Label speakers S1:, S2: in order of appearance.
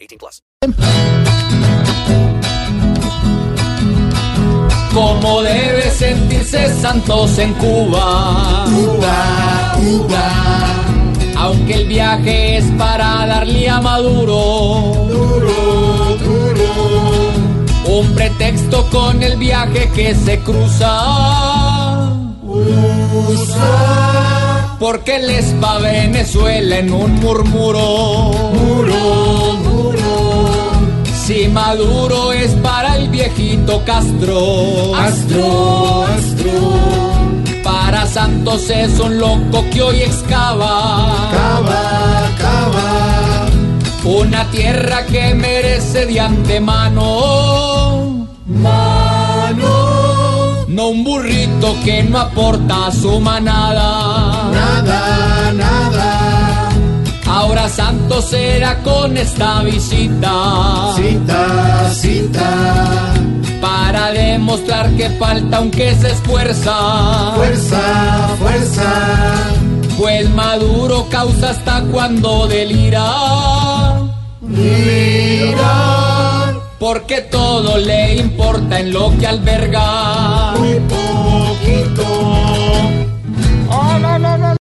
S1: 18 plus.
S2: Cómo debe sentirse Santos en Cuba. Cuba, Cuba. Aunque el viaje es para darle a Maduro. Duro, duro. Un pretexto con el viaje que se cruza. Usa. Porque les va a Venezuela en un murmuro. Muro, muro. Si Maduro es para el viejito Castro. Astro, astro. Para Santos es un loco que hoy excava. Cava, cava. Una tierra que merece de antemano. Mano. No un burrito que no aporta a su manada. Nada, nada. Ahora Santos será con esta visita.
S3: Cita, cita,
S2: Para demostrar que falta aunque se esfuerza.
S3: fuerza, fuerza,
S2: Pues Maduro causa hasta cuando delira.
S3: mira,
S2: Porque todo le importa en lo que alberga.
S3: muy poquito,